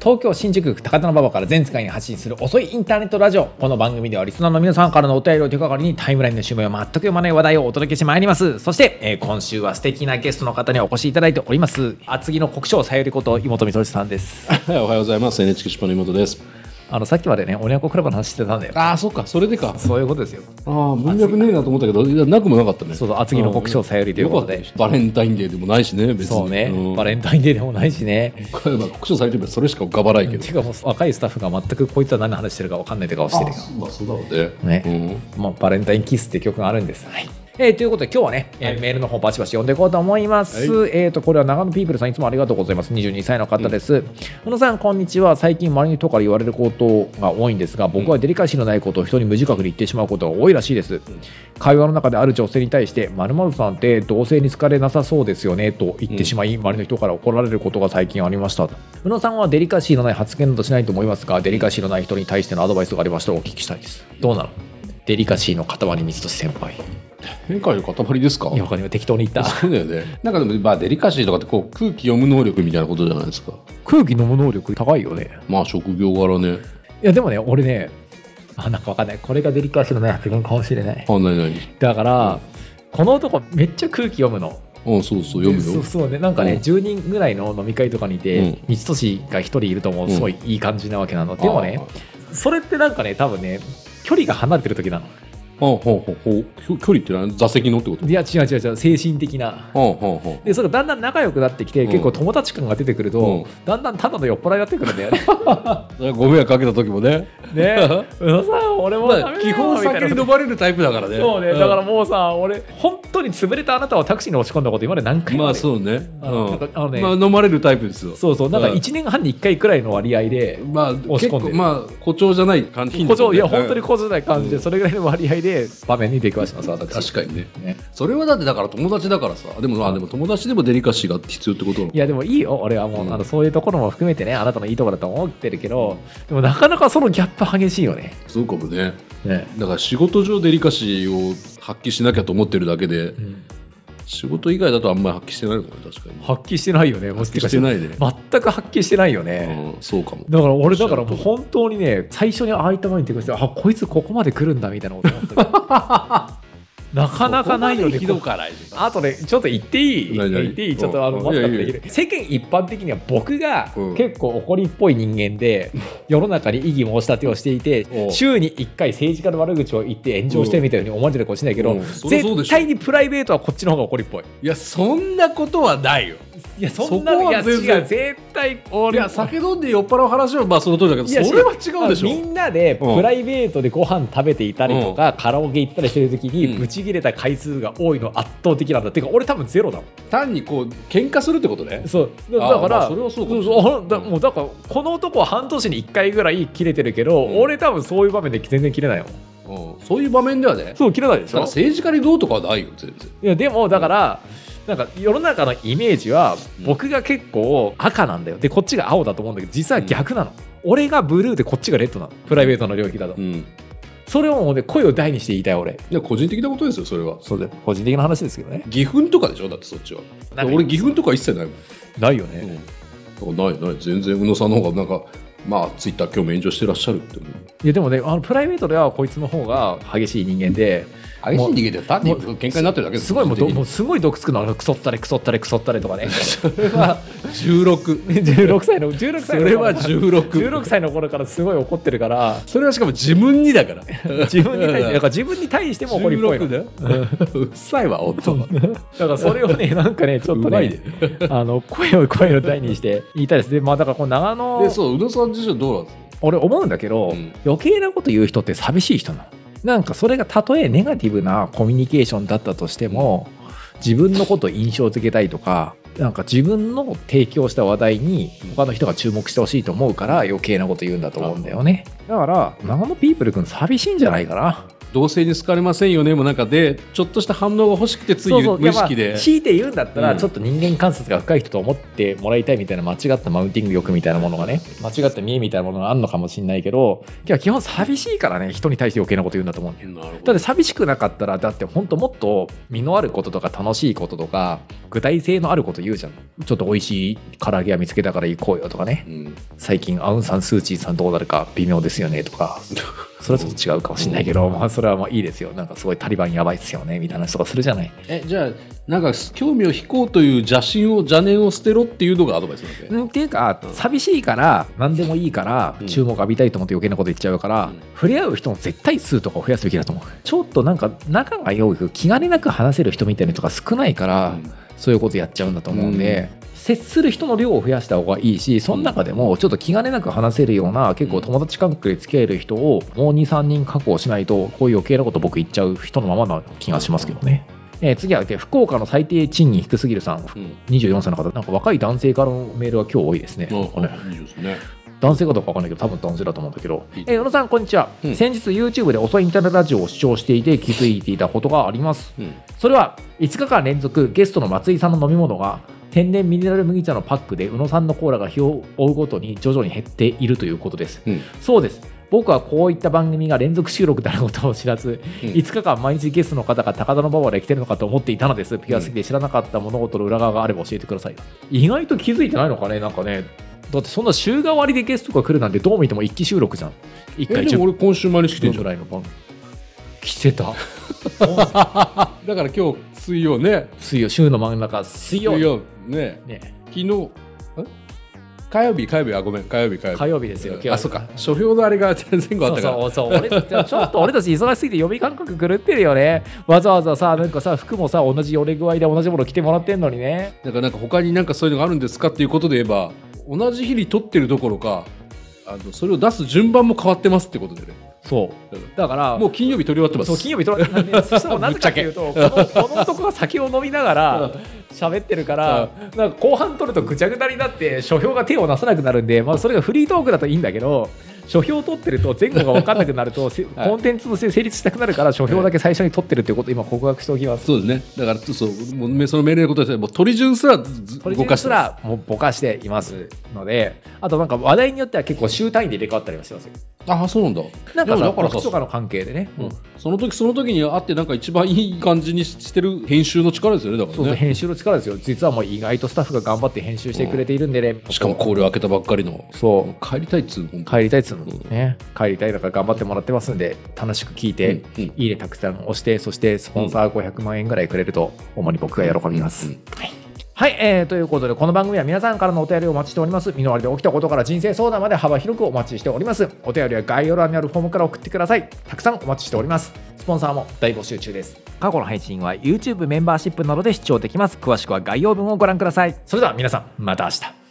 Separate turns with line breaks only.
東京新宿区高田馬場から全世界に発信する遅いインターネットラジオこの番組ではリスナーの皆さんからのお便りを手がかりにタイムラインの趣味を全く読まない話題をお届けしてまいりますそして、えー今週は素敵なゲストの方にお越しいただいております厚木の国章さゆりこと妹みとしさんです
はい、おはようございます。NHK 出版の妹です。
あのさっきまでねおにゃんこクラブの話してたんだよ
ああ、そっか、それでか。
そういうことですよ
ああ、文脈ねえなと思ったけど、いやなくもなかったね。
そうそう厚木の国章さゆりということで
よかったバレンタインデーでもないしね、別に。
そうね、
ん
バレンタインデーでもないしね
これは国書されてればそれしか浮かばないけど。
てかもう若いスタッフが全くこいつは何の話してるか分かんないって顔してる
あ
よ
そうまあそうだろうね。
ねまあ、バレンタインキスって曲があるんです。はいえーということで今日はね、えーメールの方バシバシ読んでいこうと思います、えーとこれは長野ピープルさんいつもありがとうございます22歳の方です、小野さんこんにちは最近周りの人から言われることが多いんですが僕はデリカシーのないことを人に無自覚に言ってしまうことが多いらしいです、会話の中である女性に対して〇〇さんって同性に好かれなさそうですよねと言ってしまい、周りの人から怒られることが最近ありました宇野さんはデリカシーのない発言などしないと思いますがデリカシーのない人に対してのアドバイスがありましたらお聞きしたいですどうなのデリカシーの塊水と先輩
変化の塊ですか
いや他にも適当に言った
そうだよね。なんかでも、まあ、デリカシーとかってこう空気読む能力みたいなことじゃないですか。
空気飲む能力高いよね
まあ、職業柄ね。
いやでもね俺ねあなんかわかんないこれがデリカシーのない発言かもしれない
あ、なになに。
だからこの男めっちゃ空気読むの
うん、そうそう、読む
そ
よ
う。そうねなんかね、
うん
10人ぐらいの飲み会とかにいて、
う
三
ん
俊が1人いるともうすごいいい感じなわけなの、でもねそれってなんかね多分ね距離が離れてる時なの
あー。あ、ほうほうほう。きょ距離って何座席のってこと
いや違う違う違う精神的な
あ、ほうほう。
でそれがだんだん仲良くなってきて、
うん
結構友達感が出てくると、
うん
だんだんただの酔っ払いになってくるんだよ ね
それはご迷惑かけた時もね。
ね うさん俺もダメだよ
基本
みたい
酒
な
に飲まれるタイプだからね。
そうね、
ん
だからもうさ俺本当に潰れたあなたをタクシーに押し込んだこと今まで何回も
ま
あ
あ
る
そうね。
あのなんかあのね
まあ飲まれるタイプですよ。
そうそうなんか
うん
1年半に1回くらいの割合で、
まあ
し
結
込んで
構まあ誇張じゃない感じ。
誇張いや
うん
本当に誇張じゃない感じで、それぐらいの割合で場面に出くわします私
確かにね。
ね
それはだってだから友達だからさ。でもまあでも友達でもデリカシーが必要ってことなの
いやでもいいよ俺はもう、
うん
あのそういうところも含めてねあなたのいいところだと思ってるけどでもなかなかそのギャップ激しいよね
そうかもね。
ね、
だから仕事上デリカシーを発揮しなきゃと思ってるだけで、
うん、
仕事以外だとあんまり発揮してないのかね確かに。
発揮してないよねもし
発揮
か
してないね。
全く発揮してないよね、
うんそうかも。
だから俺だからもう本当にね最初にああいった場面に出くわしてあこいつここまで来るんだみたいなこと 思ったけどなかなかないよね
ひどくはない
あとね、ちょっと言っていい
何々
言っていいちょっとあの、
うん
マスカット
いやいいよ
できる世間一般的には僕が
うん
結構怒りっぽい人間で、世の中に異議申し立てをしてい
お
て、
う
週に1回政治家の悪口を言って炎上してみたいに思われてるかもしれないけど、
うんそりゃそうでしょ
絶対にプライベートはこっちの方が怒りっぽい。
いや、そんなことはないよ。
いや、そんな
そこ
の、
はい
や、
全
違
然
う、絶対
い
俺
や、酒飲んで酔っ払う話はまあその通りだけど、
いや
それは違うでし
み
ょ。
んなでプライベートでご飯食べていたりとか、カラオケ行ったりしてる時に
うん
ブチ切れた回数が多いの圧倒的なんだっていうか俺多分ゼロだもん
単にこう、喧嘩するってことね。
そうだ
あ
だから
まあそれはそうかもし
そ
れないう
そうあだもうだからこの男は半年に1回ぐらい切れてるけど、
うん
俺多分そういう場面で全然切れないもん
うんそういう場面ではね、
そう切れないで
だ
し
から
ょ
政治家にどうとかはないよ、全然。
いやでもだから、なんか世の中のイメージは僕が結構赤なんだよでこっちが青だと思うんだけど実は逆なの、俺がブルーでこっちがレッドなのプライベートの領域だと、
うん。
それをもうね声を大にして言いたい俺
いや、個人的なことですよ、それは。
そうだ個人的な話ですけどね
義憤とかでしょ、だってそっちは。
なんか
俺、義憤とか一切ないもん。
ないよ
う
ね、
んだからないない、全然、宇野さんの方が、なんか、まあ、ツイッター興味炎上してらっしゃるって思う。
いやでもねあのプライベートではこいつの方が激しい人間で、
激しい逃げて、単に喧嘩になってるだけです
すごいもうども
う
うすごい毒つくのあのクソったれクソったれクソったれとか ね
16。
16歳の16歳
そ
の
れは
16
16。
歳の頃からすごい怒ってるから
それはしかも自分にだ から。
自分に対してだから自分に対しても怒りっぽいのだ
ね。うっさいわ、夫は。
からそれをねなんかねちょっと
うまい
ね
ね
あの声を声の大にして言いたいですでまあだからこの長野
で、そう、宇野さん自身どうなんですか
俺思うんだけど、
うん
余計なこと言う人って寂しい人なのなんかそれがたとえネガティブなコミュニケーションだったとしても自分のことを印象付けたいとかなんか自分の提供した話題に他の人が注目してほしいと思うから余計なこと言うんだと思うんだよねだから長野ピープル君寂しいんじゃないかな
同性に好かれませんよねもなんかでちょっとした反応が欲しくてつい
そうそう
無意識で
やっぱ強いて言うんだったら、
うん
ちょっと人間観察が深い人と思ってもらいたいみたいな間違ったマウンティング欲みたいなものがね間違った見栄みたいなものがあるのかもしれないけどいや基本寂しいからね人に対して余計なこと言うんだと思うんだよ
なるほ
だっ
ど
て寂しくなかったらだって本当もっと身のあることとか楽しいこととか具体性のあること言うじゃんちょっと美味しい唐揚げは見つけたから行こうよとかね
うん
最近アウン・サン・スー・チーさんどうなるか微妙ですよねとかそれはちょっと違うかもしれないけど、まあ、それはまあいいですよなんかすごいタリバンやばいっすよねみたいな話とかするじゃない
えじゃあなんか興味を引こうという邪心を邪念を捨てろっていうのがアドバイスなんで、
うんっていうか寂しいから何でもいいから
うん
注目浴びたいと思って余計なこと言っちゃうから、
うん
触れ合う人の絶対数とかを増やすべきだと思うちょっとなんか仲が良く気兼ねなく話せる人みたいな人が少ないから、
うん
そういうことやっちゃうんだと思うんで、接する人の量を増やした方がいいしその中でもちょっと気兼ねなく話せるような結構友達関係で付き合える人をもう23人確保しないとこういう余計なこと僕言っちゃう人のままな気がしますけどね。えー次はで福岡の最低賃金低すぎるさん
うん
24歳の方なんか若い男性からのメールが今日多いですね
あ
これ
いいですね
男性かどうかわかんないけど多分男性だと思うんだけど、
いい
えー、宇野さんこんにちは、
うん
先日 YouTube で遅いインターネットラジオを視聴していて気づいていたことがあります
うん
それは5日間連続ゲストの松井さんの飲み物が天然ミネラル麦茶のパックで宇野さんのコーラが日を追うごとに徐々に減っているということです
うん
そうです僕はこういった番組が連続収録であることを知らず、
うん
5日間毎日ゲストの方が高田馬場で来てるのかと思っていたのですピュアすぎて知らなかった物事の裏側があれば教えてください意外と気づいてないのかねなんかねだってそんな週替わりでゲストが来るなんてどう見ても一期収録じゃん1
え
回
でも
10
俺今週毎日来て
分
んじ
ぐ
ゃん
らいの番来てた
だから今日水曜ね
水曜週の真ん中水曜
水曜ね
ね
昨日ん火曜日火曜日あごめん火曜日火曜日
火曜日ですよ
あそうか書評のあれが前後あ
そ
っ
う
たから
そうそう俺ちょっ と俺たち忙しすぎて読み感覚狂ってるよねわざわざさなんかさ服もさ同じ折れ具合で同じもの着てもらってんのにね
だからなんか他になんかそういうのがあるんですかっていうことで言えば同じ日に撮ってるどころかあのそれを出す順番も変わってますってことでね
そうだから
もう金曜日撮り終わってます
そう 金曜日とらなんでそしたらなぜかというとこのこの男が酒を飲みながら喋ってるからなんか後半取るとぐちゃぐちゃになって書評が手をなさなくなるんで、まあ、それがフリートークだといいんだけど書評を取ってると前後が分かんなくなるとせ
はい
コンテンツとして成立したくなるから書評だけ最初に取ってるっていうことを今告白しておきます。
そうですねだからそうもうめその命令のことですねもう取り順すらず
これ
動かし
す
てま
ら
す
もうぼかしていますのであとなんか話題によっては結構週単位で入れ替わったりもしてますよ
ああそうなんだ
なんか
で
さ
もだから
僕と
さ
かの関係でね、
う
うんん
その時その時にあってなんか一番いい感じにししてる編集の力ですよねだか
そうそ
ら
う
ね
編集の力ですよ実はもう意外とスタッフが頑張って編集してくれているんでね、
しかも考慮開けたばっかりの
そう
帰りたいっつうの
帰りたいっつうの
うん
ね帰りたいだから頑張ってもらってますんで楽しく聞いて、
うんうん
いいねたくさん押してそしてスポンサー500万円ぐらいくれると主に僕が喜びます、
うんうん
はいはい、えーということでこの番組は皆さんからのお便りをお待ちしております身の回りで起きたことから人生相談まで幅広くお待ちしておりますお便りは概要欄にあるフォームから送ってくださいたくさんお待ちしておりますスポンサーも大募集中です過去の配信は YouTube メンバーシップなどで視聴できます詳しくは概要文をご覧くださいそれでは皆さんまた明日